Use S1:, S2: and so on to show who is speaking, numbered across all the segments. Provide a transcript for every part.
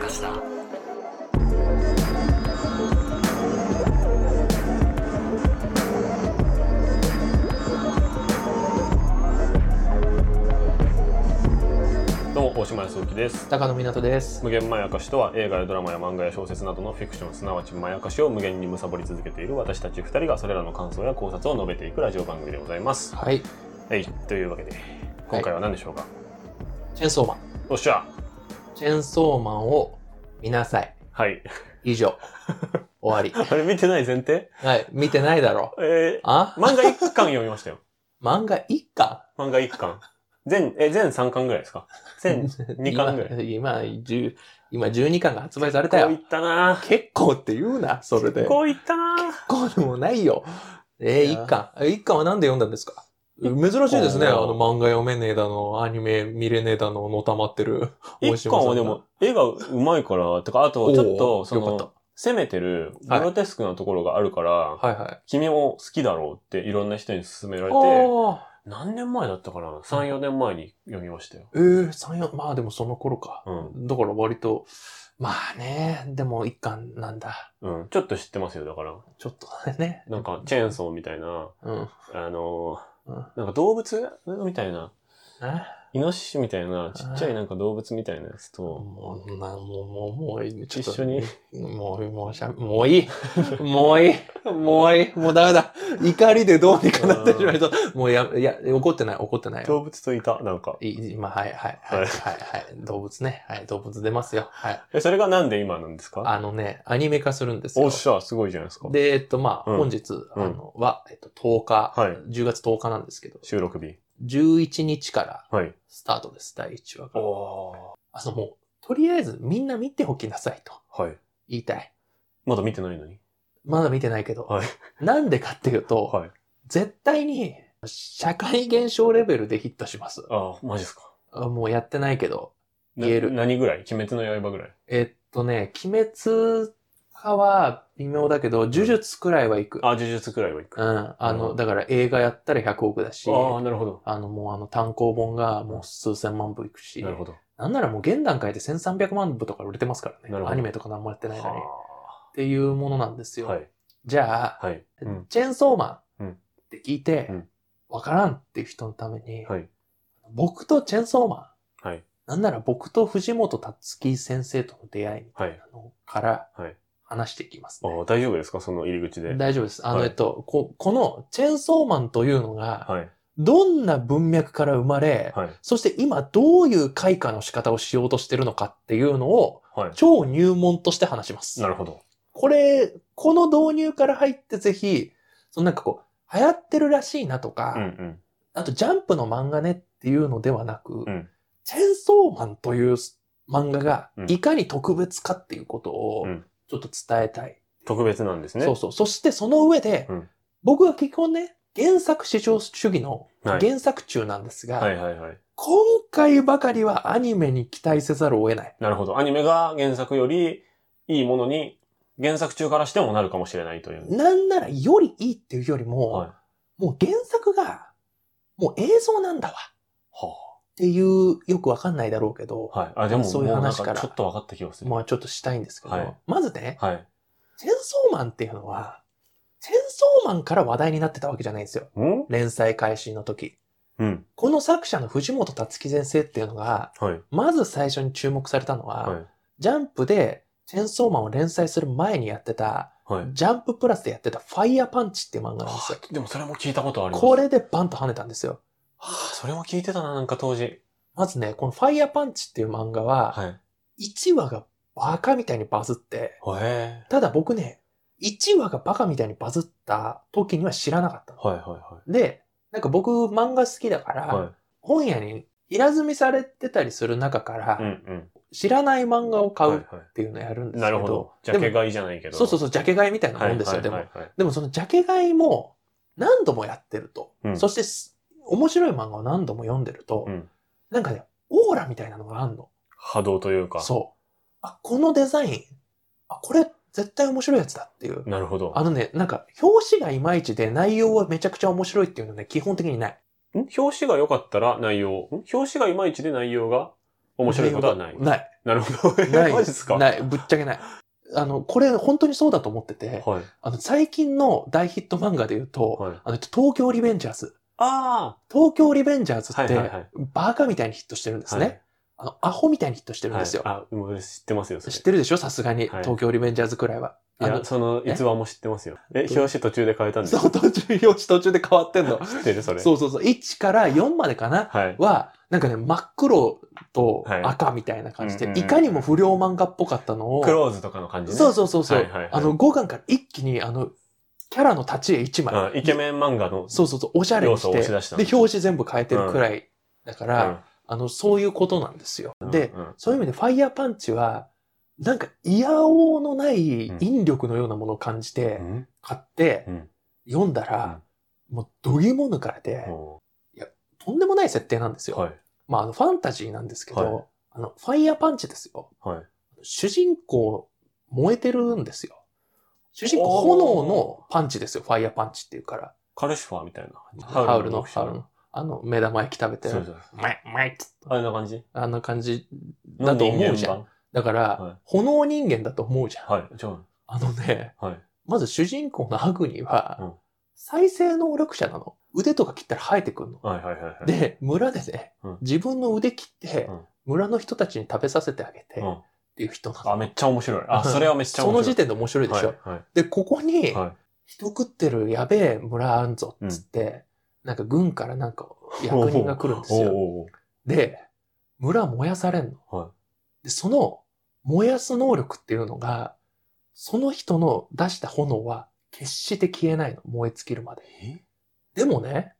S1: かした
S2: どうも大島康之です
S3: 高野湊です。
S2: 無限まやかしとは映画やドラマや漫画や小説などのフィクションすなわちまやかしを無限に貪り続けている私たち2人がそれらの感想や考察を述べていくラジオ番組でございます。
S3: はい。
S2: はい、というわけで今回は何でしょうか、
S3: チェンソーマン。
S2: おっしゃ
S3: チェンソーマンを見なさい。
S2: はい。
S3: 以 上。終わ
S2: あれ見てない前提
S3: り。はい。見てないだろ
S2: え
S3: う。あ
S2: ー、漫画1巻読みましたよ。
S3: 漫画一巻
S2: 漫画1巻。全、え、全3巻ぐらいですか全2巻ぐらい。
S3: 今、今、十今12巻が発売され た
S2: こうい
S3: よ。
S2: ったなぁ。
S3: 結構って言うな、それで。
S2: こういったなぁ。
S3: 結構でもないよ。え
S2: い
S3: ー、
S2: や
S3: 一巻。え一巻はなんで読んだんですか珍しいですね。
S2: 一
S3: あ
S2: 巻は
S3: の漫画読めねえだの、アニメ見れねえだの、のたまってる。大
S2: 1
S3: 島
S2: 巻
S3: さんが
S2: はでも、絵がうまいから、とか、あと、ちょっ
S3: お
S2: と、
S3: ー
S2: そ
S3: よかっ
S2: の、攻めてる、グロテスクなところがあるから、
S3: た。はいはい。
S2: 君も好きだろうっていろんな人に勧められて、
S3: おー
S2: 何年前だったかな ?3、4年前に読みましたよ。
S3: えー、三四まあでもその頃か。
S2: う
S3: だから割と、まあね、でも一巻なんだ。
S2: ん。うん。ちょっと知ってますよ、だから。
S3: ちょっとね。
S2: なんか、チェーンソーみたいな、
S3: うん。
S2: あの
S3: うん
S2: ー、なんか動物みたいな、
S3: あ
S2: イノシシみたいな、ちっちゃいなんか動物みたいなやつと、
S3: もう、な、もう、もう、もう、ちょっと
S2: 一緒に。
S3: もう、もうしゃ、もういい。もういい。もういい。もうダメだ。怒りでどうにかなってしまいそう。もうや、いや、怒ってない、怒ってないよ。
S2: 動物といた、なんか。
S3: いいまあ、はい、はい、は
S2: は
S3: い、はいい、はい。動物ね。はい、動物出ますよ。はい。
S2: え、それがなんで今なんですか
S3: あのね、アニメ化するんです
S2: お
S3: よ
S2: っ。しゃ、すごいじゃないですか。
S3: で、えっと、まあ、
S2: うん
S3: 本日、あの、は、えっと、10日、
S2: はい
S3: 10月10日なんですけど、
S2: 収録日。
S3: 11日から
S2: はい。
S3: スタートです、第1話から。
S2: お
S3: あの、もう、とりあえずみんな見ておきなさいと
S2: はい。
S3: 言いたい。
S2: まだ見てないのに。
S3: まだ見てないけど、
S2: はい
S3: なんでかっていうと、
S2: はい。
S3: 絶対に社会現象レベルでヒットします。
S2: ああ、マジですか。
S3: あもうやってないけど、
S2: な
S3: 言える
S2: 何ぐらい鬼滅の刃ぐらい。
S3: えっとね、鬼滅かは微妙だけど、呪術くらいはいく。
S2: あ、呪術くらいはいく。
S3: う
S2: あ
S3: ん。あ
S2: う
S3: の、
S2: ん
S3: だから映画やったら100億だし、
S2: あ、なるほど。
S3: あの、もうあの単行本がもう数千万部いくし、
S2: なるほど。
S3: なんならもう現段階で1300万部とか売れてますから
S2: なる
S3: ね
S2: ほ。ど
S3: アニメとか何もやってないのに。っ
S2: は
S3: ていうものなんです
S2: あ
S3: よ。
S2: はい。
S3: じゃあ、
S2: はい。うん。
S3: チェーンソーマ
S2: うん
S3: ンって聞いて
S2: うん、
S3: わ、からんっていう人のために、
S2: はい
S3: 僕とチェーンソーマン、
S2: はい。
S3: なんなら僕と藤本達樹先生との出会いみ
S2: はい。
S3: たいなのから
S2: はい
S3: 話していきます
S2: あ
S3: ね、
S2: あ、大丈夫ですかその入り口で。
S3: 大丈夫です。あの、
S2: はい
S3: えっとこ、このチェーンソーマンというのが、
S2: はい。
S3: どんな文脈から生まれ、
S2: はい。
S3: そして今どういう開花の仕方をしようとしてるのかっていうのを
S2: は
S3: 超入門として話しま
S2: い。
S3: す
S2: な。るほど。
S3: これ、この導入から入ってぜひ、そのなんかこう、流行ってるらしいなとか、
S2: うんうん。
S3: あとジャンプの漫画ねっていうのではなく、
S2: うん
S3: チェンソーマンという漫画が
S2: うん
S3: いかに特別かっていうことを
S2: うん
S3: ちょっと伝えたい。
S2: 特別なんですね。
S3: そうそう。そしてその上で、
S2: うん
S3: 僕は基本ね、原作至上主義の
S2: はい。
S3: 原作中なんですが、
S2: はいはいはい。
S3: 今回ばかりはアニメに期待せざるを得ない。
S2: なるほど。アニメが原作よりいいものに、原作中からしてもなるかもしれないという。
S3: なんならよりいいっていうよりも、
S2: はい。は
S3: もう原作が、もう映像なんだわっていう、よくわかんないだろうけど、
S2: あ。はい。あ、でも、
S3: そういう
S2: もなん
S3: 話から
S2: ちょっと分かった気がする。
S3: まあちょっとしたいんですけど、
S2: はい
S3: まずね、
S2: はい。
S3: チェンソーマンっていうのは、チェンソーマンから話題になってたわけじゃないんですよ。
S2: うん
S3: 連載開始の時。
S2: うん。
S3: この作者の藤本達樹先生っていうのが、
S2: はい。
S3: まず最初に注目されたのは、
S2: はい。
S3: ジャンプでチェンソーマンを連載する前にやってた、
S2: はい。
S3: ジャンププラスでやってたファイヤーパンチっていう漫画なんですよ
S2: は。あでもそれも聞いたことあります。
S3: これでバンと跳ねたんですよ。
S2: はあ、それも聞いてたな、なんか当時。
S3: まずね、このファイヤーパンチっていう漫画は、
S2: はい。
S3: 1話がバカみたいにバズって、
S2: へえ。
S3: ただ僕ね、1話がバカみたいにバズった時には知らなかったの。
S2: はいは
S3: で、なんか僕漫画好きだか
S2: い
S3: ら、
S2: はい。は
S3: 本屋に平積みされてたりする中から、
S2: い。うんうん。
S3: 知らない漫画を買
S2: は
S3: うっ
S2: いはい。
S3: ていうのをやるんですけど。
S2: なるほど。ジャケ買いじゃないけど。
S3: そうそう
S2: そ
S3: そう、ジャケ買いみたいな
S2: は
S3: も
S2: い
S3: んですよ、
S2: はい
S3: で
S2: は
S3: も
S2: い。はい。
S3: でもそのジャケ買いも何度もやってると。
S2: うん
S3: そしてす面白い漫画を何度も読んでると、
S2: うん
S3: なんかね、オーラみたいなのがあんの。
S2: 波動というか。
S3: そう。あ、このデザイン、あ、これ絶対面白いやつだっていう。
S2: なるほど。
S3: あのね、なんか、表紙がいまいちで内容はめちゃくちゃ面白いっていうのね、基本的にない。
S2: ん表紙が良かったら内容。ん表紙がいまいちで内容が面白いことはない。
S3: ない。
S2: なるほど。え
S3: な い
S2: マジっすか
S3: ない。ぶっちゃけない。あの、これ本当にそうだと思ってて、
S2: はい。
S3: あの、最近の大ヒット漫画で言うと、
S2: はい。
S3: あの、東京リベンジャーズ。
S2: あ
S3: 東京リベンジャーズ
S2: は
S3: っ
S2: いはいは
S3: て
S2: い、
S3: バカみたいにヒットしてるんです
S2: あ。
S3: ね。あの、アホみたいにヒットして
S2: て
S3: るんですよ。
S2: あ、もう知ってますよ、それ
S3: 知ってるでしょさすがに、
S2: はい
S3: 東京リベンジャーズくらいは。
S2: い
S3: あの
S2: や、、その逸話も知ってますよ。え、
S3: どう
S2: 表紙途中で変えたんです
S3: そう、途中、表紙途中で変わってんの。
S2: 知ってるそれ。
S3: そうそうそう。1から4までかな
S2: はい。
S3: は、なんかね、真っ黒と
S2: はい
S3: 赤みたいな感じで、
S2: うん
S3: い
S2: うんうん
S3: かにも不良漫画っぽかったのを、
S2: クローズとかの感じね。
S3: そうそうそうそう、
S2: はいはいはい
S3: あの、5巻から一気に、あの、キャラの立ち絵1枚、
S2: うんイケメン漫画の。
S3: そうそうそう、おしゃれに
S2: 要素を
S3: して、
S2: 押し出したん
S3: で
S2: だ、
S3: 表紙全部変えてるくらいだから、あの、そういうことなんですよ。
S2: うん
S3: で、、
S2: うん
S3: そういう意味で、ファイヤーパンチは、なんか、いやおうのない引力のようなものを感じて、
S2: うん
S3: 買って
S2: うん、
S3: 読んだら、もう、どぎも抜かれて、
S2: お
S3: とんでもない設定なんです
S2: ー
S3: よ。
S2: はい。
S3: まあ、あの、ファンタジーなんですけど、
S2: はい
S3: あの、ファイヤーパンチですよ。
S2: はい。
S3: 主人公、燃えてるんですよ。主人公、
S2: おー
S3: 炎のパンチですよ。ファイヤーパンチっていうから。
S2: カルシファーみたいな。
S3: ハウルの、ハウル
S2: の
S3: の。あの、目玉焼き食べて、
S2: そうそう。
S3: マイ、マイっつって
S2: あんな感じ
S3: あんな感じ。だと思うじ
S2: の人
S3: ゃん
S2: 間版
S3: だから、
S2: はい
S3: 炎人間だと思うじゃん。
S2: はい。じゃあ
S3: あのね、
S2: はい
S3: まず主人公のハグニーは、
S2: うん
S3: 再生能力者なの。腕とか切ったら生えてくんの。
S2: はいはいはいはい。
S3: で、村でね、
S2: うん
S3: 自分の腕切って、
S2: うん
S3: 村の人たちに食べさせてあげて、
S2: うん
S3: っていう人なの。
S2: あ、めっちゃ面白い。 あ、それはめっちゃ
S3: そ
S2: 面白
S3: の
S2: い。
S3: 時点で面白いでしょ。
S2: はい。はい
S3: で、ここに、
S2: はい
S3: 人食ってるやべえ村あんぞ、っつって、なんか軍からなんか役人が来るんです
S2: おう
S3: よ。
S2: おう
S3: で、村燃やされんの。
S2: おう。はい。
S3: で、その燃やす能力っていうのが、その人の出した炎は決して消えないの。燃え尽きるまで。
S2: え
S3: でもね、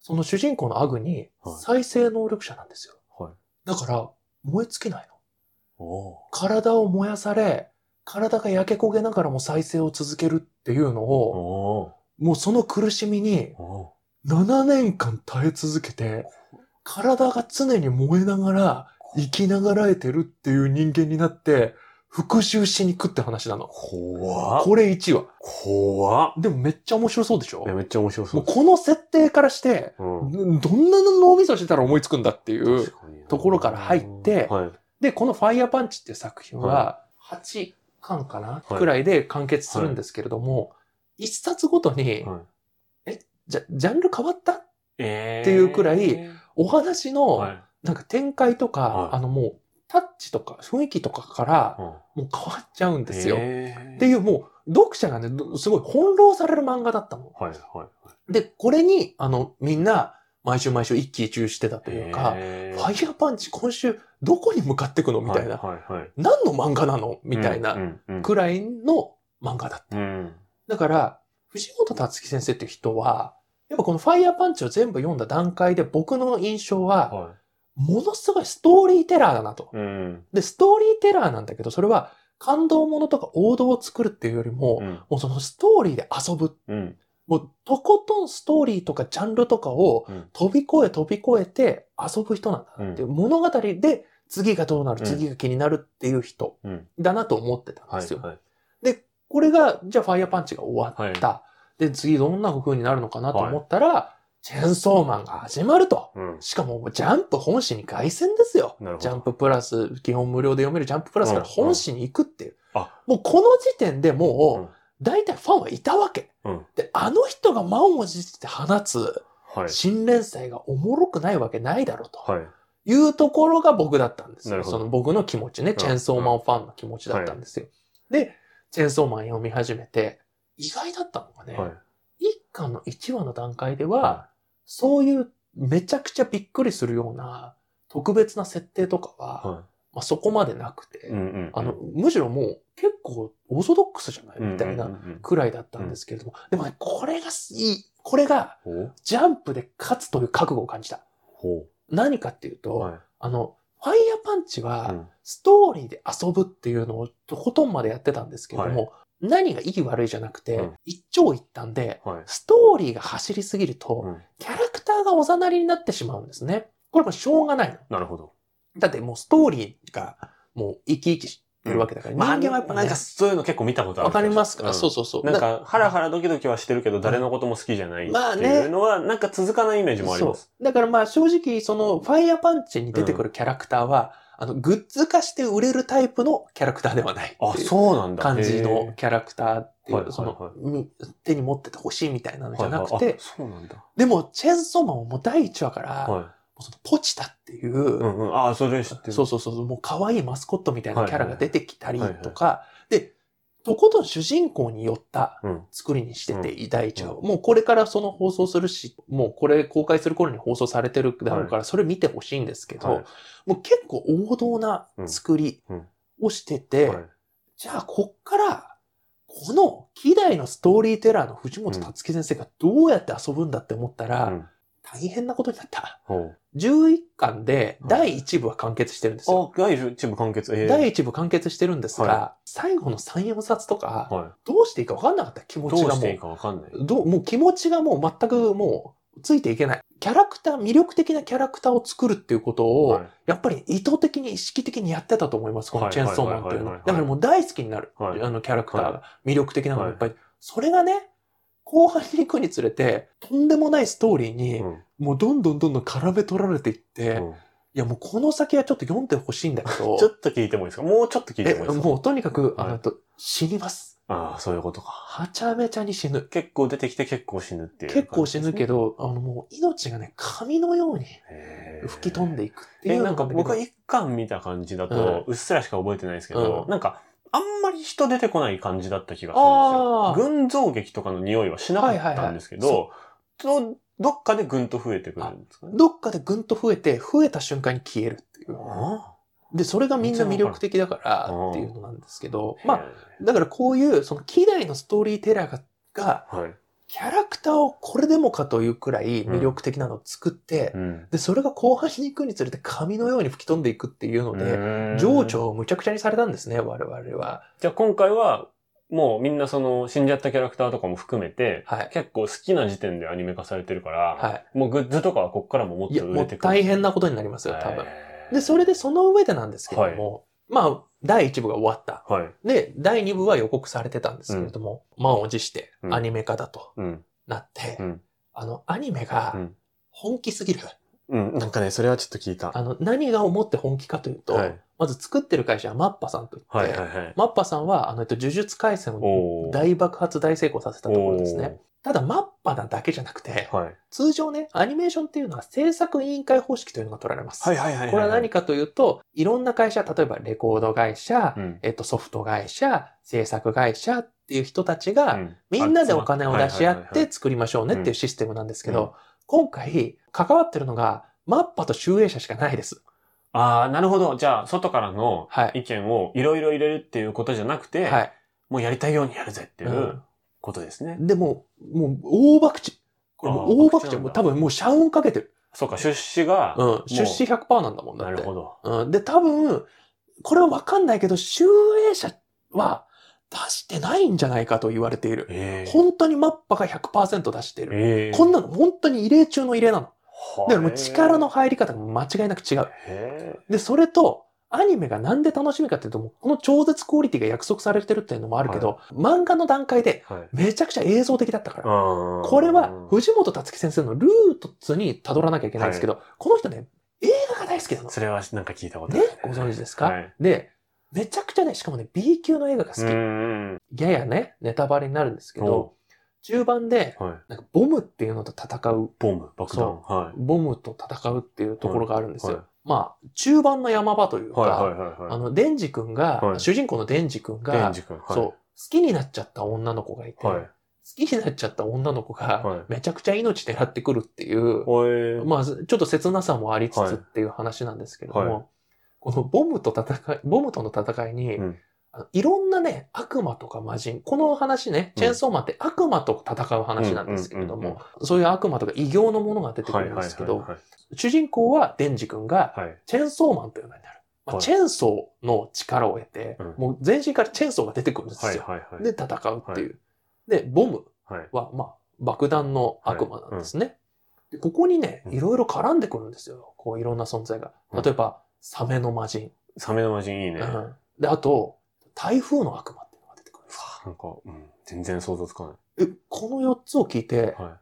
S3: その主人公のアグに
S2: はい
S3: 再生能力者なんですよ。
S2: はい
S3: だから、燃え尽きないの。
S2: おう
S3: 体を燃やされ、体が焼け焦げながらも再生を続けるっていうのを、
S2: おう
S3: もうその苦しみに
S2: おう
S3: 7年間耐え続けて、体が常に燃えながら、生きながらえてるっていう人間になって、復讐しに行くって話なの。
S2: 怖っ
S3: これ1話。
S2: 怖っ
S3: でもめっちゃ面白そうでしょ
S2: いや、めっちゃ面白そ
S3: もう
S2: うです。
S3: この設定からして、
S2: うん
S3: んどんな脳みそしてたら思いつくんだっていう。
S2: 確かにな
S3: ところから入って
S2: はい。
S3: で、このファイヤーパンチっていう作品は、8巻かな、
S2: はい
S3: くらいで完結するんですけれども、1冊ごとに、
S2: はい
S3: じゃ、ジャンル変わった
S2: え
S3: っていうくらい
S2: ー、
S3: お話の、
S2: はい
S3: なんか展開とか、
S2: はい
S3: あのもう、タッチとか雰囲気とかから、
S2: うん
S3: もう変わっちゃうんですよ。
S2: えー
S3: っていう、もう、読者がね、どすごい翻弄される漫画だったの。
S2: はいは
S3: で、これに、あの、みんな、毎週毎週一喜一憂してたと
S2: い。
S3: いうか、
S2: えー
S3: ファイヤーパンチ今週どこに向かってくのみたいな、
S2: はいはいはい
S3: 何の漫画なのみたい
S2: うん
S3: な
S2: うんうん
S3: くらいの漫画だった。
S2: うん
S3: だから、藤本達樹先生っていう人は、やっぱこのファイヤーパンチを全部読んだ段階で僕の印象は、
S2: は
S3: ものすごいストーリーテラーだなと。
S2: い。うん。
S3: で、ストーリーテラーなんだけど、それは感動ものとか王道を作るっていうよりも、
S2: うん
S3: もうそのストーリーで遊ぶ。
S2: うん。
S3: もうとことんストーリーとかジャンルとかを
S2: うん
S3: 飛び越え飛び越えて遊ぶ人なんだなって、
S2: う
S3: 物語で次がどうなる、
S2: うん
S3: 次が気になるっていう人
S2: うん
S3: だなと思ってたん
S2: は
S3: で
S2: い
S3: すよ。
S2: はい。
S3: これが、じゃあファイヤーパンチが終わった。で、次どんな風になるのかなと思ったら、チェーンソーマンが始まると。
S2: うん。
S3: しかももうジャンプ本誌に凱旋ですよ。
S2: なるほど
S3: ジャンププラス、基本無料で読めるジャンププラスから
S2: うん
S3: 本誌に行くっていう。
S2: うんあ
S3: もうこの時点で
S2: う
S3: も
S2: ん
S3: う、大体ファンはいたわけ。
S2: うん
S3: で、あの人が満を持して放つ
S2: はい。
S3: 新連載がおもろくないわけないだろうと
S2: はい。
S3: いうところが僕だったんです
S2: な
S3: よ。
S2: るほど
S3: その僕の気持ちね、
S2: ん
S3: チェーンソーマンファンの気持ちだったんですよ。で、チェーンソーマン読み始めて、意外だったのがね、
S2: はい。
S3: 一巻の一話の段階では、
S2: は
S3: そういうめちゃくちゃびっくりするような特別な設定とかは、
S2: は
S3: まあ、そこまでなくて、
S2: い。うんうん。
S3: あの、むしろもう結構オーソドックスじゃない
S2: うん、
S3: みたい
S2: うんう
S3: なん
S2: うん。
S3: くらいだったんですけれども、でもね、これがすいい、これが
S2: ほう
S3: ジャンプで勝つという覚悟を感じた。
S2: ほ
S3: 何かっていう
S2: う。
S3: と、
S2: はい。
S3: あの、ファイヤーパンチは、
S2: うん
S3: ストーリーで遊ぶっていうのをとことんまでやってたんですけれども、何がいい悪いじゃなくて、
S2: うん
S3: 一長一短で、
S2: はい。
S3: ストーリーが走りすぎると、
S2: うん
S3: キャラクターがおざなりになってしまうんですね。これもしょうがないの。
S2: なるほど。
S3: だってもうストーリーがもう生き生きしてるわけだから、人間はやっぱ、ね、
S2: なんかそういうの結構見たことある。
S3: わかりますか、
S2: うん
S3: そうそうそう。
S2: なん
S3: だ
S2: か、ハラハラドキドキはしてるけど、誰のことも好きじゃないって
S3: まあね
S2: いうのは、なんか続かないイメージもあります。
S3: そうだからまあ正直、その、ファイヤーパンチに出てくるキャラクターは、あの、グッズ化して売れるタイプのキャラクターではないっていう
S2: あ、そうなんだ。
S3: 感じ
S2: へ
S3: のキャラクターってい、
S2: はいはいう
S3: そ
S2: は
S3: の、み手に持っててほしいみたいなの
S2: ー
S3: じゃなく
S2: はいはい
S3: て
S2: あ、そうなんだ。
S3: でも、チェーンソーマンはもう第1話から、も
S2: は
S3: うそのポチタっていう、
S2: い。うんうん。あ、それ知ってる。
S3: そうそうそう、もう可愛いマスコットみたいなキャラが出てきたり
S2: はいはい
S3: とか、で、とことん主人公に寄った
S2: うん
S3: 作りにしてて、第一話は
S2: う
S3: もうこれからその放送するし、もうこれ公開する頃に放送されてるだろうから、それ見てほしいんですけど、
S2: はい
S3: もう結構王道な作り
S2: うんうん
S3: をしてて、
S2: はい
S3: じゃあこっから、この希代のストーリーテラーの藤本達樹先生がどうやって遊ぶんだって思ったら、
S2: うん
S3: 大変なことになった。
S2: ほう
S3: 11巻で
S2: はい
S3: 第1部は完結してるんですよ。
S2: あ、第1部完結。えー
S3: 第1部完結してるんですが、
S2: は
S3: 最後の3、4冊とか、
S2: は
S3: どうしていいか分かんなかった、気持
S2: い。
S3: ち
S2: どう
S3: が
S2: し
S3: も。
S2: ていいうかわかんない。
S3: どうもう気持ちがもう全くもうついていけない。キャラクター、魅力的なキャラクターを作るっていうことを、
S2: はい
S3: やっぱり意図的に意識的にやってたと思います、この
S2: はい
S3: チェーンソーマンってい
S2: はいは
S3: うの
S2: いはいはい
S3: は。だからもう大好きになる、
S2: はい
S3: あのキャラクターが、
S2: は
S3: 魅力的なのがいっぱい。それがね、後半に行くにつれて、とんでもないストーリーに、
S2: うん
S3: もうどんどんどんどん絡め取られていって、
S2: うん
S3: いやもうこの先はちょっと読んでほしいんだけど、
S2: ちょっと聞いてもいいですかもうちょっと聞いてもい
S3: え、
S2: いですか
S3: もうとにかく、
S2: はい
S3: あのと死にます。
S2: ああ、そういうことか。
S3: はちゃめちゃに死ぬ。
S2: 結構出てきて結構死ぬっていう感じで
S3: 結
S2: すね。
S3: 構死ぬけど、あのもう命がね、紙のように
S2: へー
S3: 吹き飛んでいくってい
S2: え、
S3: う
S2: なん
S3: の
S2: か
S3: が、
S2: 僕は一巻見た感じだと、うっすらしか覚えてないですけど、
S3: うん
S2: なんか、あんまり人出てこない感じだった気がする
S3: あ
S2: ん
S3: ー
S2: ですよ。群像劇とかの匂いはしなかったんですけど、
S3: はい
S2: どどっかでぐんと増えてくるんですかね。
S3: どっかでぐんと増えて、増えた瞬間に消えるっていう。
S2: あ
S3: で、それがみんな魅力的だからっていうのなんですけど、まあ、だからこういう、その、希代のストーリーテラーが、が
S2: あ、はい。
S3: キャラクターをこれでもかというくらい魅力的なのを作って、
S2: うん。
S3: で、それが後半に行くにつれて紙のように吹き飛んでいくっていうので、
S2: で
S3: 情緒をむちゃくちゃにされたんですね、我々は。
S2: じゃあ今回は、もうみんなその死んじゃったキャラクターとかも含めて、
S3: はい。
S2: 結構好きな時点でアニメ化されてるから、
S3: は
S2: もうグッズとかはこっからももっ
S3: い。いや、
S2: と売
S3: も
S2: れ
S3: う
S2: てくる。
S3: 大変なことになりますよ、多分。
S2: へー
S3: で、それで、その上でなんですけれども、まあ、第1部が終わった。
S2: はい。
S3: で、第2部は予告されてたんですけれども、満を持して
S2: うん
S3: アニメ化だと
S2: うん。
S3: なって、
S2: うん
S3: あの、アニメが
S2: うん
S3: 本気すぎる。
S2: うん。なんかね、それはちょっと聞いた。
S3: あの、何が思って本気かというと、
S2: はい
S3: まず作ってる会社はマッパさんといって、
S2: はいはいはい。
S3: マッパさんは、あの、えっと、呪術廻戦
S2: お
S3: を
S2: ー
S3: 大爆発大成功させたところですね。ただ、マッパなだけじゃなくて、
S2: おー。はい。
S3: 通常ね、アニメーションっていうのは制作委員会方式というのが取られます。
S2: はいはいはいはい。
S3: これは何かというと、いろんな会社、例えばレコード会社、
S2: うん
S3: えっと、ソフト会社、制作会社っていう人たちが、
S2: うん
S3: みんなでお金を出し
S2: はいはい
S3: 合っ
S2: はいはい
S3: て作りましょうねっていうシステムなんですけど、
S2: うん
S3: 今回、関わってるのが、マッパと集英社しかないです。
S2: ああ、なるほど。じゃあ、外からの
S3: はい。
S2: 意見をいろいろ入れるっていうことじゃなくて、
S3: はい。
S2: もうやりたいようにやるぜっていううんことですね。
S3: でも、もう、大爆地。これもう大爆地。もう多分もう社運かけてる。
S2: そうか、出資が、
S3: うん。出資100%なんだもんだって。
S2: なるほど。
S3: うん、で、多分、これはわかんないけど、集英社は出してないんじゃないかと言われている。
S2: ええ。
S3: 本当にマッパが100%出してる。
S2: ええ。
S3: こんなの本当に異例中の異例なの。
S2: は
S3: だからもう力の。入り方が間違いなく違う。
S2: へえ。
S3: で、それと、アニメがなんで楽しみかっていうと、もうこの超絶クオリティが約束されてるっていうのもあるけど、漫画の段階で
S2: はい。
S3: めちゃくちゃ映像的だったから。
S2: こ
S3: これは藤本達樹先生のルートに辿らなきゃいけないんですけど、この人ね、映画が大好きなの。
S2: それはなんか聞いたこと
S3: ね、ご存知ですか、
S2: はい
S3: で、めちゃくちゃね、しかもね、B 級の映画が好き。
S2: うんうん。
S3: ややね、ネタバレになるんですけど、
S2: お
S3: 中盤で、
S2: うはい。
S3: なんかボムっていうのと戦う、
S2: ボム、爆弾。
S3: そ
S2: は
S3: ボムと戦うっていうところがあるんで
S2: い。
S3: すよ。
S2: はい
S3: まあ、中盤の山場というか、
S2: はいはいはい。
S3: あの、デンジ君が、
S2: はい
S3: 主人公のデンジ君が、
S2: デンジ君。はい
S3: そう、好きになっちゃった女の子がいて、
S2: はい。
S3: 好きになっちゃった女の子
S2: はい
S3: が、めちゃくちゃ命狙ってくるっていう、
S2: おえ
S3: まあ、ちょっと切なさもありつ
S2: はい
S3: つっていう話なんですけれども、
S2: はい
S3: このボムと戦い、ボムとの戦いに、
S2: うん
S3: あのいろんなね、悪魔とか魔人、この話ね、
S2: うん
S3: チェーンソーマンって悪魔と戦う話なんですけれど
S2: うんうん
S3: も、そういう悪魔とか異形のものが出てく
S2: はい
S3: るん
S2: はい
S3: で
S2: はい
S3: すけど、
S2: はい
S3: 主人公はデンジ君が
S2: はい。
S3: チェーンソーマンという名になる。まあ
S2: はい
S3: チェーンソーの力を得て、
S2: うん
S3: もう全身からチェーンソーが出てくるんですよ。
S2: はいはいはい。
S3: で、戦うっていう。で、ボム
S2: はい。
S3: は、まあ、爆弾の悪魔なんですね。でここにね
S2: う、ん
S3: いろいろ絡んでくるんですよ。こう、いろんな存在が。
S2: うん
S3: 例えば、サメの魔人。
S2: サメの魔人いいね。
S3: う
S2: なんか、
S3: んで、あと、台風の悪魔っていうのが出てくるんです
S2: うん全然想像つかな
S3: よ。え、この4つを聞いて
S2: い。、は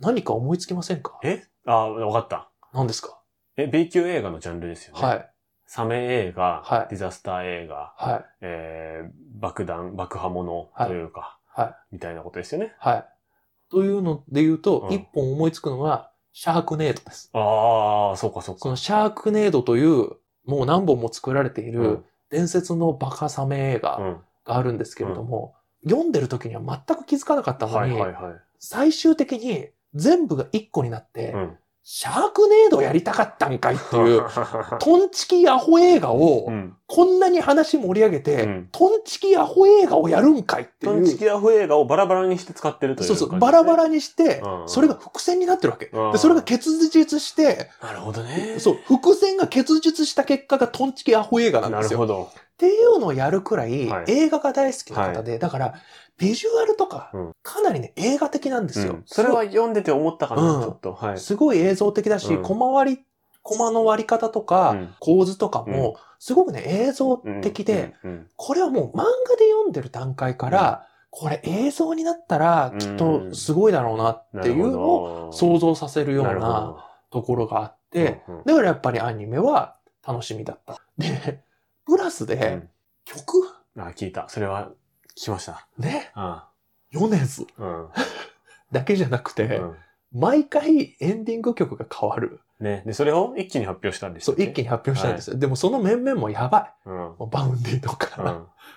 S3: 何か思いつきませんか
S2: い。えあ、わかった。
S3: 何ですか
S2: え、B 級映画のジャンルですよね。。
S3: はいい。
S2: サメ映画、
S3: はい
S2: ディザスター映画、
S3: はい。
S2: えー爆弾、爆破物
S3: はい
S2: というか、
S3: は
S2: みたいなことですよね。
S3: はい。というので言うと
S2: う、ん
S3: 一、本思いつくのは、シャークネードです。
S2: ああ、そうかそう
S3: そ
S2: か。
S3: のシャークネードという、もう何本も作られていうる
S2: ん
S3: 伝説のバカサメ映
S2: う
S3: 画
S2: ん。
S3: があるんですけれども、読んでる時には全く気づかなかったの
S2: はい
S3: に、
S2: はいはい。
S3: 最終的に全部が一個になって、
S2: うん。
S3: シャークネードやりたかったんかいっていう、トンチキアホ映画を
S2: う、ん。
S3: こんなに話盛り上げて、
S2: うん
S3: トンチキアホ映画をやるんかいっていう。
S2: トンチキアフ映画をバラバラにして使ってるという
S3: そ
S2: 感じ
S3: うそ
S2: ですね、
S3: う、バラバラにして
S2: うんう、ん
S3: それが伏線になってるわけ。
S2: うん
S3: で、それが結実して、
S2: なるほどね。
S3: そう、伏線が結実した結果がトンチキアホ映画なん
S2: な
S3: で
S2: る
S3: すよ。
S2: ほ
S3: っ
S2: ど。
S3: ていうのをやるくらい、
S2: はい
S3: 映画が大好きな方で、だから、ビジュアルとか
S2: うん、
S3: かなりね、映画的なんですよ。
S2: うんそれは読んでて思ったかな、
S3: うん
S2: ちょっと。はい。
S3: すごい映像的だし、
S2: うん
S3: コマ割り、コマの割り方とか、
S2: うん
S3: 構図とかも、すごくね、映像的で、
S2: うん、うん
S3: これはもう漫画で読んでる段階から、これ映像になったら、きっとすごいだろうなっていうのを
S2: を
S3: 想像させるよう
S2: なるほ
S3: なところがあって、
S2: どうんうん
S3: だからやっぱりアニメは楽しみだった。で、プラスで曲、
S2: うんあ、聞いた。それは聞きました。
S3: ね、
S2: あ
S3: 米津
S2: うん。
S3: だけじゃなくて、
S2: うん
S3: 毎回エンディング曲が変わる。
S2: ね。で、それを一気に発表したんです
S3: そう、一気
S2: に。
S3: に発表したんですよ。でもその面々もやばい。
S2: うん。うん。
S3: もうバウンディと
S2: そ
S3: か、
S2: れ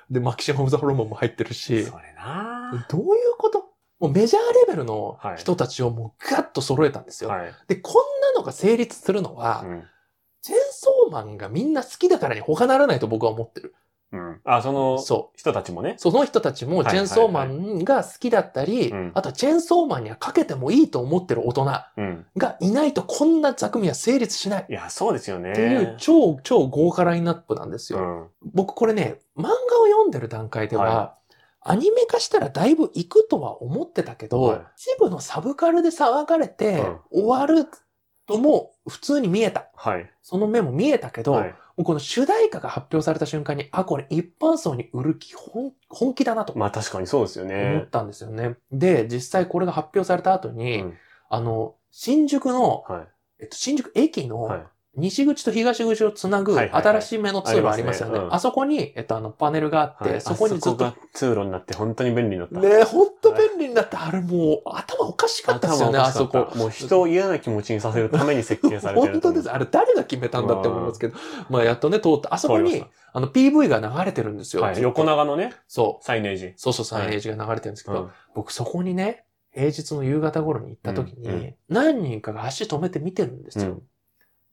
S3: で、マキシマム・ザ・ホルモンも入ってるし、
S2: な
S3: どういうこともうメジャーレベルの
S2: はい
S3: 人たちをもうガッと揃えたんですよ。
S2: はい。
S3: で、こんなのが成立するのは、
S2: うん
S3: チェーンソーマンがみんな好きだからに他ならないと僕は思ってる。
S2: うん。あ、その
S3: そ
S2: 人たちもね
S3: う。。その人たちも
S2: はい
S3: チェーンソーマンが好きだったり、
S2: うん
S3: あとはチェーンソーマンにはかけてもいいと思ってる大人
S2: うん。
S3: がいないとこんな作品は成立しない。
S2: いや、そうですよね。
S3: っていう超超豪華ラインナップなんですよ。
S2: うん。
S3: 僕これね、漫画を読んでる段階では、
S2: は
S3: アニメ化したらだいぶ行くとは思ってたけど、
S2: はい
S3: 一部のサブカルで騒がれて、終わるとも普通に見えた。
S2: はい。
S3: その目も見えたけど、
S2: はい
S3: もうこの主題歌が発表された瞬間に、あ、これ一般層に売る気本本気だなと
S2: まあ確かにそうですよ
S3: 思っ
S2: ね。
S3: たんですよね。で、実際これが発表された後に、
S2: うん
S3: あの、新宿の、
S2: はい。
S3: えっと、新宿駅の、
S2: はい
S3: 西口と東口をつなぐ
S2: はいはいはい
S3: 新しめの通路ありますよね。
S2: ありますねうん
S3: あそこに、えっと、あの、パネルがあって、
S2: はい
S3: そこにずっと。
S2: あそこが通路になって本当に便利になった。
S3: ねえ、ほんと便利になって、あれもう、頭おかしかったですよね、
S2: 頭お
S3: あ
S2: かしか
S3: そ
S2: った
S3: こ。
S2: もう人を嫌な気持ちにさせるために設計されてると
S3: 本当
S2: 思
S3: で
S2: う。
S3: す。あれ誰が決めたんだって思いますけど、まあやっとね、通った。あそこ
S2: 通り
S3: に
S2: まし、
S3: あの PV が流れてるんですよ。
S2: はい。横長のね、
S3: そう。
S2: サイネージ。
S3: そうそう、サイネージが流れてるんですけ
S2: う
S3: ど、
S2: ん
S3: 僕そこにね、平日の夕方頃に行った時に、
S2: うんうん
S3: 何人かが足止めて見てるんですよ。
S2: うん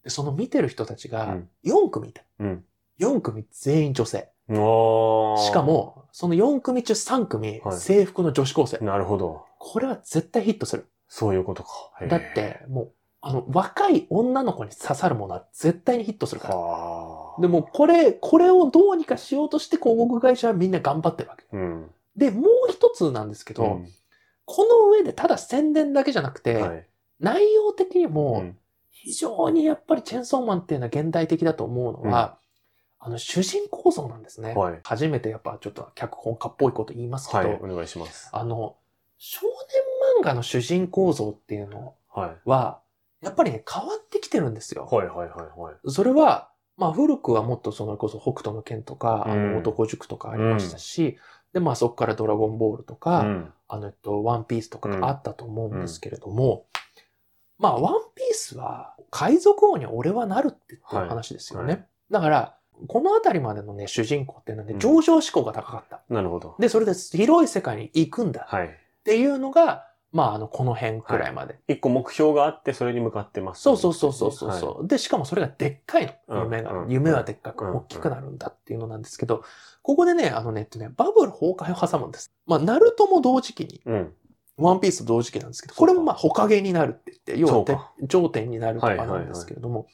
S3: でその見てる人たち
S2: う
S3: が
S2: ん
S3: 4組いた。
S2: うん
S3: 4組全員女性。
S2: おー
S3: しか、も、その4組中3組、
S2: はい
S3: 制服の女子高生。
S2: なるほど。
S3: これは絶対ヒットする。
S2: そういうことか。へー
S3: だっ。て、もう、あの、若い女の子に刺さるものは絶対にヒットするから。
S2: はあ。
S3: でも、これ、これをどうにかしようとして広告会社はみんな頑張ってるわけ。
S2: うん。
S3: で、もう一つなんですけど、
S2: うん
S3: この上でただ宣伝だけじゃなくて、
S2: はい。
S3: 内容的に
S2: う
S3: も
S2: ん
S3: 非常にやっぱりチェンソーマンっていうのは現代的だと思うのは、あの主人公像なんですね。
S2: はい
S3: 初めてやっぱちょっと脚本家っぽいこと言いますけど、
S2: はい。お願いします。
S3: あの、少年漫画の主人公像っていうの
S2: はい。
S3: は、やっぱりね、変わってきてるんですよ。
S2: はいはいはいはい。
S3: それは、まあ古くはもっとそのこそ北斗の拳とか、あ
S2: うん
S3: の男塾とかありましたし、で、まあそこからドラゴンボールとか、
S2: うん
S3: あの、えっと、ワンピースとか
S2: うん
S3: があったと思うんですけれども、まあ、ワンピースは、海賊王に俺はなるって言ってる話ですよね。
S2: はいは
S3: だから、この辺りまでのね、主人公っていうのは
S2: う
S3: ね、
S2: ん
S3: 上昇志向が高かった。
S2: なるほど。
S3: で、それで広い世界に行くんだっ
S2: はい。
S3: ていうのが、まあ、あの、この辺くらいまで。
S2: 一個目標があって、それに向かってます。
S3: そうそうそうそうそうそう、で、しかもそれがでっかいの。夢が、
S2: うん
S3: 夢はでっかく
S2: うん
S3: 大きくなるんだっていうのなんですけど、ここでね、あのね、えっとね、バブル崩壊を挟むんです。まあ、ナルトも同時期に
S2: はい。うん。
S3: ワンピースと同時期なんですけど、
S2: そ
S3: こ
S2: うか
S3: れもまあ、ほかげになるって言って、要はて
S2: そうか
S3: 頂点になるとか
S2: はいはい
S3: な
S2: はい
S3: んですけれども、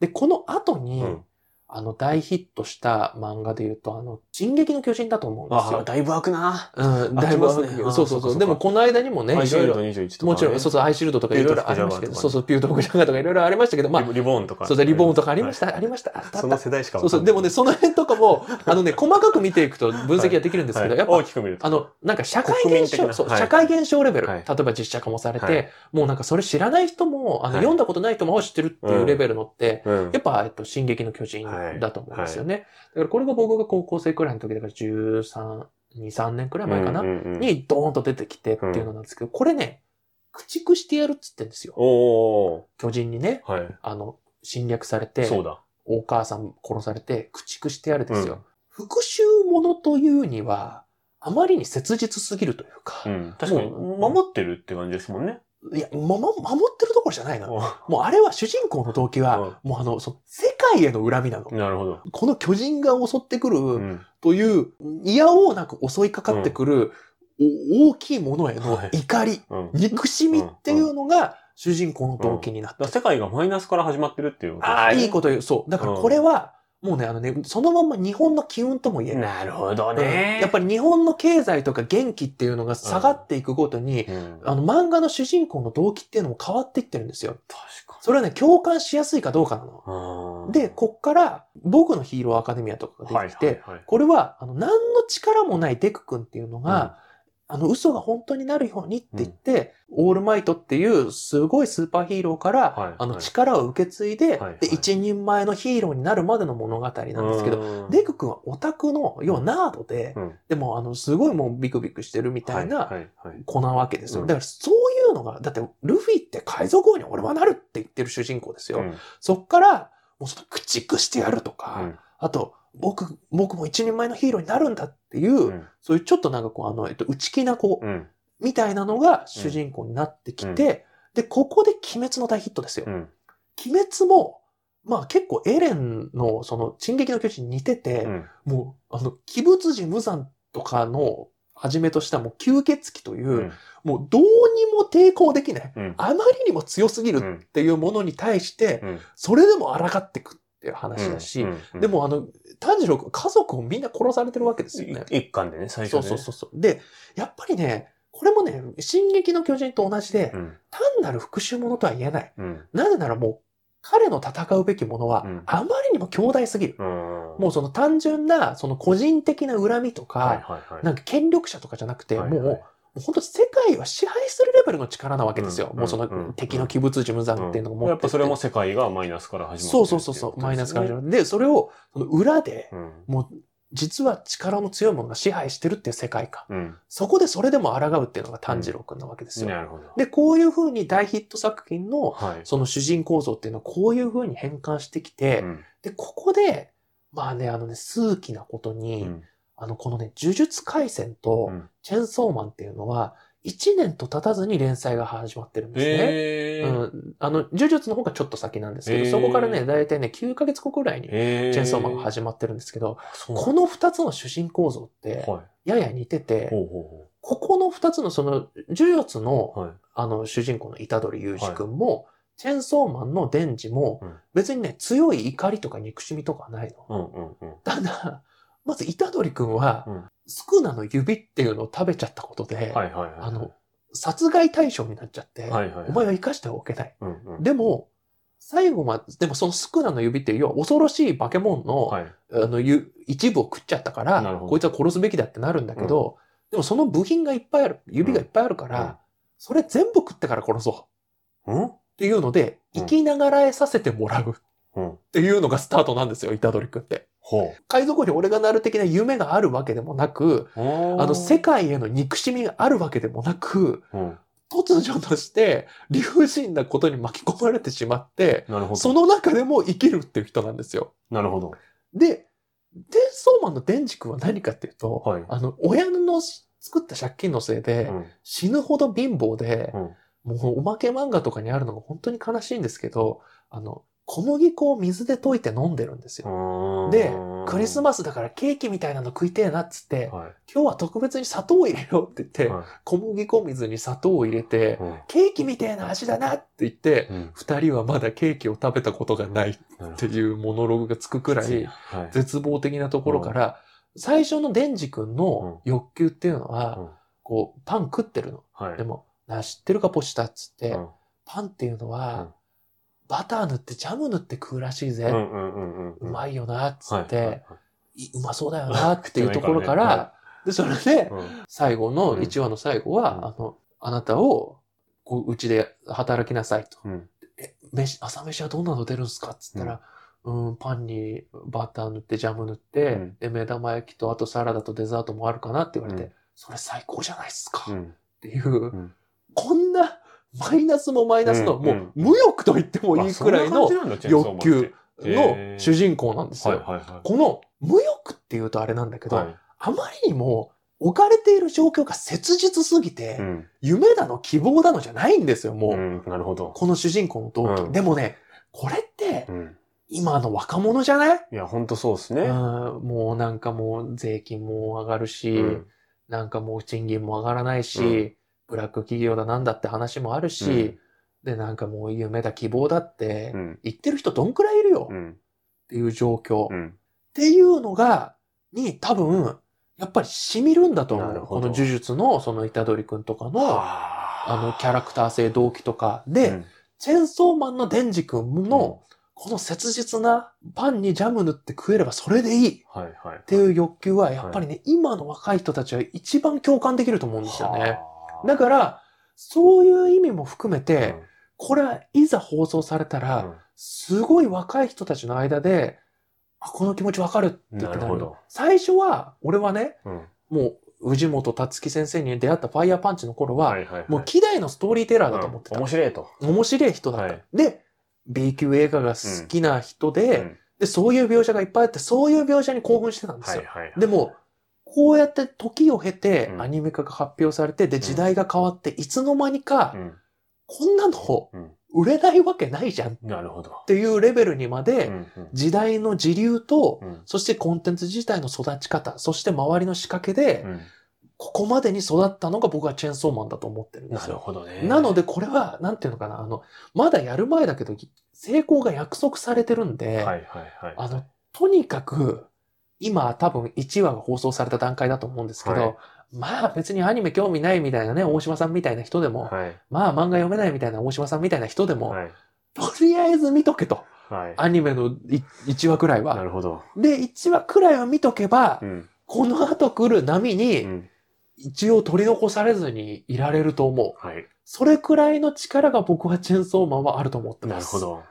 S3: で、この後に、
S2: うん
S3: あの、大ヒットした漫画で言うと、あの、進撃の巨人だと思うんです
S2: ああ、
S3: よ。
S2: だいぶ開くな。
S3: うん、だいぶ
S2: あ来ますねあー
S3: そうそ
S2: そううか
S3: そ
S2: そう
S3: う。
S2: か
S3: でも、この間にもね、
S2: アイ
S3: い
S2: シー
S3: ろい
S2: ル
S3: ろ
S2: ド、21とかね。
S3: もちろん、そうそう、アイシールドとかいろいろありましたけど、
S2: ピュードクジャガーとかね
S3: そうそう、ピュードクジャガーとかいろいろありましたけど、まあ、
S2: リボーンとか。。
S3: そうそう、リボーンとかありましたた、ありました、あったあ
S2: そ
S3: っ
S2: の
S3: た。
S2: 世代しか
S3: そう
S2: わか
S3: そ
S2: ん
S3: う、
S2: な
S3: で
S2: い
S3: もね、その辺とかも、あのね、細かく見ていくと分析はできるんですけど、
S2: はい
S3: やっぱ
S2: 大きく見ると。
S3: あの、なんか社会
S2: 国民
S3: 現
S2: 的
S3: 象、
S2: な
S3: そう、
S2: はい
S3: 社会現象レベル。
S2: はい
S3: 例えば実写化もされて、
S2: はい
S3: もうなんかそれ知らない人も、あの、
S2: はい
S3: 読んだことない人も知ってるっていうレベルのって、
S2: うん
S3: やっぱ、えっと、進撃の巨人
S2: はい
S3: だと思うんですよね。だからこれが僕が高校生くらいの時だから13、2、3年くらい前かな、
S2: うんうんうん
S3: にドーンと出てきてっていうのなんですけど、これね、駆逐してやるっつってんですよ。
S2: おー
S3: 巨人にね、
S2: はい。
S3: あの、侵略されて、
S2: そうだ。
S3: お母さん殺されて駆逐してやるですよ。
S2: うん
S3: 復讐ものというには、あまりに切実すぎるというか、
S2: うん。確かに、
S3: もう
S2: 守ってるって感じですもんね。
S3: いや、ま、ま、守ってるところじゃないの。
S2: お
S3: もうあれは主人公の動機は、もうあの、その世界への恨みなの。
S2: なるほど。
S3: この巨人が襲ってく
S2: う
S3: る
S2: ん。
S3: という、嫌おうなく襲いかかってくる、お大きいものへの
S2: はい
S3: 怒り、
S2: うん。だか
S3: 憎しみっていうのが主人公の動機になって
S2: ら世界がマイナスから始まってるっていうことですね
S3: ああ、いいこと言う。そう。だからこれは、もうね、あのね、そのまんま日本の機運とも言える。
S2: なるほど
S3: う
S2: ね
S3: ん。やっぱり日本の経済とか元気っていうのが下がっていくごとに、
S2: り、
S3: あの漫画の主人公の動機っていうのも変わっていってるんですよ。
S2: 確
S3: それはね、共感しやすいかどうかなの。
S2: かに。
S3: で、こっから、僕のヒーローアカデミアとかが
S2: は
S3: で
S2: い
S3: きて、
S2: はいはい、
S3: これは、あの、何の力もないデク君っていうのが、あの、嘘が本当になるようにって言って、オールマイトっていうすごいスーパーヒーローから、
S2: はい
S3: あの、
S2: はい
S3: 力を受け継い
S2: は
S3: で、
S2: い
S3: で、
S2: はい
S3: 一人前のヒーローになるまでの物語なんで
S2: う
S3: すけど、
S2: ど
S3: デク君はオタクの、要はナードで、
S2: うん
S3: でも、あの、すごいもうビクビクしてるみたい
S2: は
S3: ない
S2: はいはい
S3: 子なわけですよ。
S2: うん
S3: だから、そういうのが、だって、ルフィって海賊王に俺はなるって言ってる主人公です
S2: う
S3: よ。
S2: ん
S3: そっから、もうその駆逐してやるとか、
S2: うん
S3: あと、僕、僕も一人前のヒーローになるんだっていう、
S2: うん
S3: そういうちょっとなんかこう、あの、えっと、内気な子、
S2: うん
S3: みたいなのが主人公になってきて、で、ここで鬼滅の大ヒットですよ。
S2: うん
S3: 鬼滅も、まあ結構エレンの、その、進撃の巨人に似てて、
S2: うん
S3: もう、あの、鬼物寺無惨とかの、はじめとしたもう吸血鬼という、
S2: うん
S3: もうどうにも抵抗できない。
S2: うん
S3: あまりにも強すぎるっていうものに対して、
S2: うん
S3: それでも抗ってくっていう話だし、
S2: うんうん
S3: でもあの、炭治郎君、家族をみんな殺されてるわけですよね。
S2: い一巻でね最初ね
S3: そうそうそうそう。で、やっぱりね、これもね、進撃の巨人と同じで、
S2: うん
S3: 単なる復讐ものとは言えない。
S2: うん
S3: なぜならもう、彼の戦うべきものは
S2: うん、
S3: あまりにも強大すぎる。
S2: うん
S3: もうその単純な、その個人的な恨みと
S2: はい
S3: か、
S2: はいはい
S3: なんか権力者とかじゃなくて、
S2: はい
S3: もう、
S2: はい
S3: もう本当世界を支配するレベルの力なわけですよ。
S2: うん
S3: もうその
S2: うん
S3: 敵の鬼物事無惨っていうのが持ってて
S2: やっぱそれも世界がマイナスから始まって
S3: そうそうそうそう、マイナス感情。で、それを、その裏で、
S2: うん
S3: もう、実は力の強いものが支配してるっていう世界観。
S2: うん
S3: そこでそれでも抗うっていうのが炭治郎くんなわけですよ。
S2: なるほど
S3: で、こういう風に大ヒット作品の、
S2: はい
S3: その主人公像っていうのはこういう風に変換してきて、
S2: うん
S3: で、ここで、まあね、あのね、数奇なことに、
S2: うん
S3: あの、このね、呪術廻戦と
S2: うん
S3: チェンソーマンっていうのは、1年と経たずに連載が始まってるんですね。
S2: へ
S3: う
S2: ー
S3: ん、あの、呪術の方がちょっと先なんですけど、
S2: えー
S3: そこからね、だいたいね、9ヶ月後くらいに、チ
S2: へ
S3: ェンソーマンが
S2: め
S3: 始まってるんですけど、
S2: そう
S3: この2つの主人公像って、
S2: はい
S3: やや似てて、
S2: ほうほ
S3: ここの2つの、その、呪術
S2: う
S3: の、
S2: ほうはい
S3: あの、主人公の虎杖雄二君も、チェンソーマンのデンジも
S2: うん、
S3: 別にね、強い怒りとか憎しみとかはないの。
S2: うんうんうん
S3: ただ、まず虎杖君は、
S2: うん
S3: スクナの指っていうのを食べちゃったことで、
S2: はいはいはい
S3: あの、殺害対象になっちゃって、
S2: はいはい
S3: お前は生かしてはおけない。
S2: うんうん
S3: でも、最後まで、でもそのスクナの指っていう、要は恐ろしい化け物の、
S2: はい
S3: あの、ゆ一部を食っちゃったか
S2: なる
S3: ら、
S2: ほど
S3: こいつは殺すべきだってなるんだけど、でもその部品がいっぱいある、指がいっぱいあるから、
S2: うん
S3: それ全部食ってから殺そう。
S2: うん
S3: っていうので、
S2: うん
S3: 生きながらえさせてもらう。
S2: うん
S3: っていうのがスタートなんですよ、虎杖くんって。
S2: ほ
S3: 海賊王に俺がなる的な夢があるわけでもなく、
S2: うあ
S3: あの、世界への憎しみがあるわけでもなく、
S2: うん
S3: 突如として理不尽なことに巻き込まれてしまって、
S2: なるほど
S3: その中でも生きるっていう人なんですよ。
S2: なるほど
S3: で、デンソーマンのデンジ君は何かっていうと、
S2: はい
S3: あの、親の作った借金のせいで、
S2: うん
S3: 死ぬほど貧乏で、
S2: うん
S3: もうおまけ漫画とかにあるのが本当に悲しいんですけど、あの、小麦粉を水で溶いて飲んでるんですよ。で、クリスマスだからケーキみたいなの食いてえなっつって、
S2: スは
S3: 今日は特別に砂糖を入れようって言って、
S2: いは
S3: 小麦粉水に砂糖を入れて、
S2: いうん
S3: ケーキみたいな味だなって言って、
S2: うん
S3: 二人はまだケーキを食べたことがないっ
S2: なるほ
S3: ていうモノログがつくくらい、
S2: はい
S3: 絶望的なところから、最初のデンジ君の欲求っていうのは、
S2: うん
S3: こう、パン食ってるの。
S2: はい
S3: でも、なあ知ってるかポチタっつって、
S2: うん
S3: パンっていうのは、
S2: うん
S3: バター塗ってジャム塗って食うらしいぜ。
S2: う
S3: うん
S2: うんうんうんうん
S3: まいよな、っつ
S2: はい
S3: って、
S2: はいいはい
S3: うまそうだよな、っていうところから、
S2: は
S3: で、それ
S2: い
S3: で、
S2: うん
S3: 最後の、
S2: うん
S3: 1話の最後は、
S2: うん
S3: あの、あなたを、こう、うちで働きなさいと。
S2: うん
S3: え、飯、朝飯はどんなの出るんですかっつったら、ううん、パンにバター塗ってジャム塗って、
S2: うん
S3: で目玉焼きとあとサラダとデザートもあるかなって言われて、
S2: うん
S3: それ最高じゃないですか、
S2: う
S3: っ
S2: ん。
S3: ていう、
S2: ん
S3: こんなマイナスもマイナスの、
S2: うん
S3: もう無欲と言ってもいいくらいの欲
S2: 欲
S3: 求
S2: へ
S3: の
S2: ー
S3: 主人公なんです
S2: はい
S3: よ。
S2: はいは
S3: この無欲っていうとあれなんだけ
S2: い。
S3: ど、
S2: はい。
S3: あまりにも置かれている状況が切実すぎて、
S2: うん。
S3: 夢だの希望だのじゃないんですよ、もう。
S2: うんなるほど。
S3: この主人公の動機、
S2: うん
S3: でもね、これって
S2: うん。
S3: 今の若者じゃない、
S2: いや、ほんとそうです
S3: う
S2: ね。
S3: ん、もうなんかもう税金も上がるし、
S2: うん
S3: なんかもう賃金も上がらないし、
S2: うん
S3: ブラック企業だなんだって話もあるし、でなんかもう夢だ希望だって
S2: うん。
S3: 言ってる人どんくらいいるよ
S2: う
S3: っ
S2: ん。
S3: ていう状況、
S2: う
S3: っ
S2: ん。
S3: ていうのが、に多分、やっぱり染みるんだと思
S2: なる
S3: う。
S2: ほ
S3: こ
S2: ど
S3: の呪術のその虎杖くんとかの、あ
S2: あ
S3: のキャラクター性動機とかで、
S2: うん
S3: チェーンソーマンのデンジ君の、この切実なパンにジャム塗って食えればそれでいいっ
S2: はいはい。って
S3: いう欲求は、やっぱりね、今の若い人たちは一番共感できると思うんですよね。。だ
S2: か
S3: から、そういう意味も含めて、これはいざ放送されたら、すごい若い人たちの間で、あ、この気持ちわかるって言って
S2: なるほど
S3: 最初は、俺はね、
S2: うん。
S3: もう、宇治本達樹先生に出会ったファイヤーパンチの頃は、
S2: はいはいはい。
S3: もう、希代のストーリーテラーだと思ってた。
S2: 面白いと。
S3: 面白い人だった。
S2: はい
S3: で、B 級映画が好きな人で、
S2: うん
S3: で、そういう描写がいっぱいあって、そういう描写に興奮してたんです
S2: は
S3: よ。
S2: いはい。
S3: でも、こうやって時を経て
S2: うん
S3: アニメ化が発表されて、で、
S2: ん
S3: 時代が変わって、いつの間にか、
S2: うん、
S3: こんなの
S2: うん
S3: 売れないわけないじゃんっ
S2: なるほど。
S3: ていうレベルにま
S2: う
S3: で、
S2: んうん
S3: 時代の時流と、
S2: うん
S3: そしてコンテンツ自体の育ち方、そして周りの仕掛けで、
S2: うん
S3: ここまでに育ったのが僕はチェーンソーマンだと思ってるんで
S2: な
S3: す
S2: る
S3: よ。
S2: ほどね。
S3: なので、これは、なんていうのかな、あの、まだやる前だけど、成功が約束されてるんで、
S2: はいはいはい。
S3: あの、とにかく、今多分1話が放送された段階だと思うんですけど、
S2: はい
S3: まあ別にアニメ興味ないみたいなね、大島さんみたいな人でも、
S2: はい
S3: まあ漫画読めないみたいな大島さんみたいな人でも、
S2: はい
S3: とりあえず見とけと。
S2: はい。
S3: アニメの1話くらい
S2: な
S3: は。
S2: るほど。
S3: で、1話くらいは見とけば、
S2: うん
S3: この後来る波
S2: う
S3: に、
S2: ん
S3: 一応取り残されずにいられると思う。
S2: はい。
S3: それくらいの力が僕はチェーンソーマンはあると思って
S2: な
S3: ま
S2: る
S3: す。
S2: ほ。ど。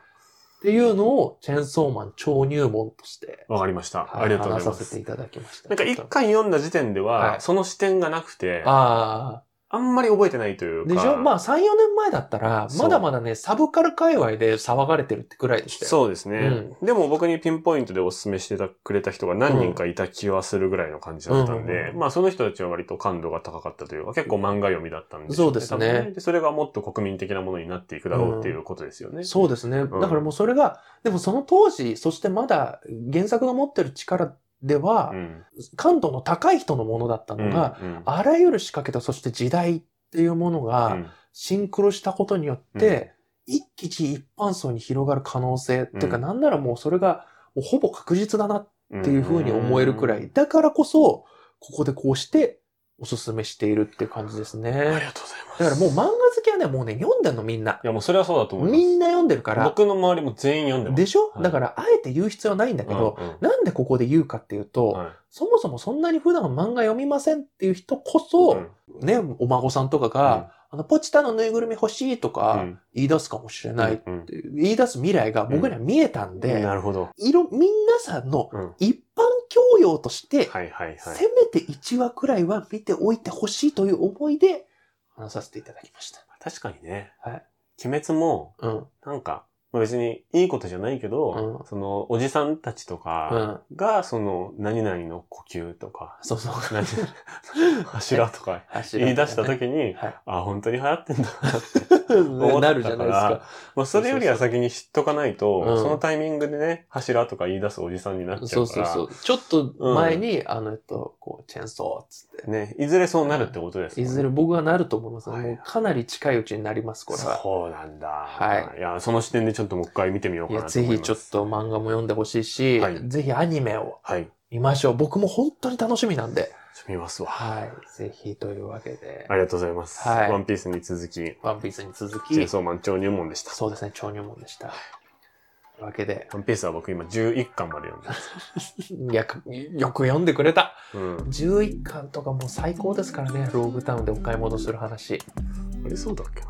S3: っていうのをチェーンソーマン超入門として、
S2: わかりました。
S3: はい
S2: ありがとうございま
S3: 話させ
S2: す
S3: てい。ただきました。
S2: なんか一
S3: ちょっと
S2: 巻読んだ時点で
S3: は
S2: は、
S3: い
S2: その視点がなくて、
S3: あ
S2: あんまり覚えてないとい
S3: あ。
S2: うか。
S3: でしょまあ3、4年前だったら、
S2: そう
S3: まだまだね、サブカル界隈で騒がれてるってくらいでしたよ。
S2: そうですね。でも僕にピンポイントでお勧めしてたくれた人が何人かいた気はするぐらいの感じだったんで、
S3: うん
S2: まあその人たちは割と感度が高かったというか、結構漫画読みだったんでしょ
S3: そうですね
S2: 多分でそれがもっと国民的なものになっていくだろうっていうことですよね。
S3: そうですね。だ
S2: ん
S3: からもうそれが、でもその当時、そしてまだ原作が持ってる力では、
S2: うん。
S3: 感度の高い人のものだった
S2: うん
S3: のが、
S2: うん
S3: あらゆる仕掛けと、そして時代っていうものが、
S2: うん
S3: シンクロしたことによって、一気に一般層に広がる可能性、っていうか、
S2: うん
S3: なんならもうそれが、もうほぼ確実だなっていうふうに思えるくら
S2: うん
S3: い。だからこそ、ここでこうして、おすすめしているっていう感じです
S2: あり
S3: ね。
S2: がとうございます。
S3: だからもう漫画好きはね、もうね、読んでんのみんな。
S2: いやもうそれはそうだと思います。
S3: みんな読んでるから。
S2: 僕の周りも全員読んでます。
S3: でしょ
S2: はい
S3: だから、あえて言う必要はないんだけど、
S2: うんうん
S3: なんでここで言うかっていうと、
S2: はい
S3: そもそもそんなに普段漫画読みませんっていう人こ
S2: う
S3: そ、
S2: ん
S3: ね、お孫さんとかが、あの、ポチタのぬいぐるみ欲しいと
S2: う
S3: か
S2: ん
S3: 言い出すかもしれない。
S2: うん
S3: 言い出す未来が僕には見えたんで
S2: な、るほど。
S3: いろ、皆さんの
S2: うん
S3: 一般教養として、
S2: はいはいはい。
S3: せめて1話くらいは見ておいてほしいという思いで話させていただきました。
S2: 確かにね。
S3: はい
S2: 鬼滅も、
S3: うん。
S2: なんか、まあ別にいいことじゃないけど、
S3: うん
S2: その、おじさんたちと
S3: う
S2: か
S3: ん。
S2: が、その、何々の呼吸とか、
S3: そうそう。
S2: 何々柱とか言い出した時に、
S3: はい
S2: あ、本当に流行ってんだなって。
S3: になるじゃない です
S2: 思った
S3: か。
S2: まあ、それよりは先に知っとかないと、
S3: うん
S2: そのタイミングでね、柱とか言い出すおじさんになっちゃ
S3: そう
S2: うか
S3: そう
S2: ら、
S3: そう。ちょっと前に、あの、えっと、こう、チェーンソーっつっ
S2: ね、いずれそうなるってことです
S3: て。い
S2: もんね
S3: ずれ僕はなると思います。
S2: はい
S3: もうかなり近いうちになります、これは。
S2: そうなんだ。。
S3: はい
S2: いや、その視点でちょっともう一回見てみよう
S3: い
S2: かな
S3: や、
S2: と思います。
S3: ぜひちょっと漫画も読んでほしいし
S2: はい、
S3: ぜひアニメを
S2: はい。
S3: 見ましょう。僕も本当に楽しみなんで。
S2: 見ますわ。
S3: はい。ぜひというわけで
S2: あ、りがとうございます。
S3: はい
S2: ワンピースに続き、チェ
S3: ワンピースに続
S2: ーン
S3: き、
S2: ソーマン超入門でした。
S3: そうですね、超入門でした。というわけで、
S2: ワンピースは僕今11巻まで読んでます。
S3: いやかよく読んでくれた
S2: うん。
S3: 11巻とかもう最高ですからね、ローグタウンでお買い物する話。
S2: ありそうだっけな。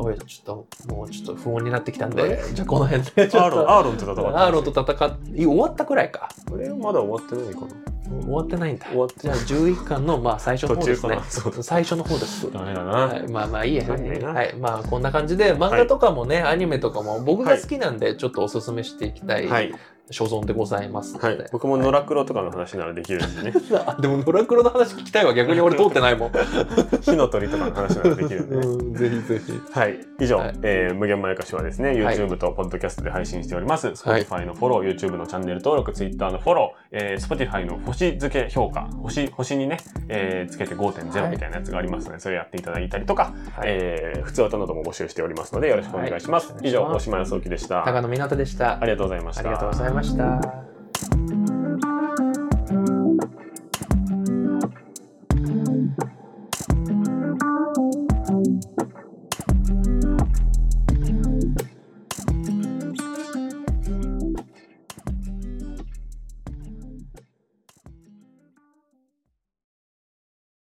S3: おいちょっともうちょっと不穏になってきたん
S2: あ
S3: で
S2: れ、
S3: じゃあこの 辺で ちょっ
S2: ーロン、
S3: と。
S2: アーロンと戦った。
S3: アーロンと。戦って、終わったくらいか。
S2: これまだ終わってないかな。
S3: 終わってないんだ。
S2: 終わって
S3: じゃあ11巻のまあ最初の
S2: 途
S3: 方
S2: 中
S3: です
S2: か
S3: ね
S2: な。。そうだ。
S3: 最初の方です。
S2: ダメだ
S3: は
S2: な。
S3: い、まあまあいいや、
S2: わかんないな
S3: はい、まあこんな感じで漫画とかもね、アニメとかも僕が好きなんでちょっとおすすめしていきたい
S2: はい。
S3: 所存でございますので、
S2: はい。僕も野良黒とかの話ならできるんでね。
S3: あでもノラクロの話聞きたいわ逆に俺通ってないもん、
S2: 火の鳥とかの話ならできるんでね。
S3: うん、ぜひぜひ
S2: はい、以上、
S3: はい
S2: えー無限まやかしはですね、
S3: はい
S2: YouTube と Podcast で配信しております。
S3: はい
S2: Spotify のフォロー、YouTube のチャンネル登録、Twitter のフォロー、えー Spotify の星付け評価、星、星にね、えーつけて
S3: は
S2: 5.0
S3: い
S2: みたいなやつがありますので、それやっていただいたりとか、
S3: はい
S2: えー普通歌なども募集しておりますので、よろしくお願いします。
S3: はい
S2: 以上、大島康之でした。
S3: 高野湊でした
S2: ありがとうございまし
S3: あ
S2: た。
S3: りがとうございました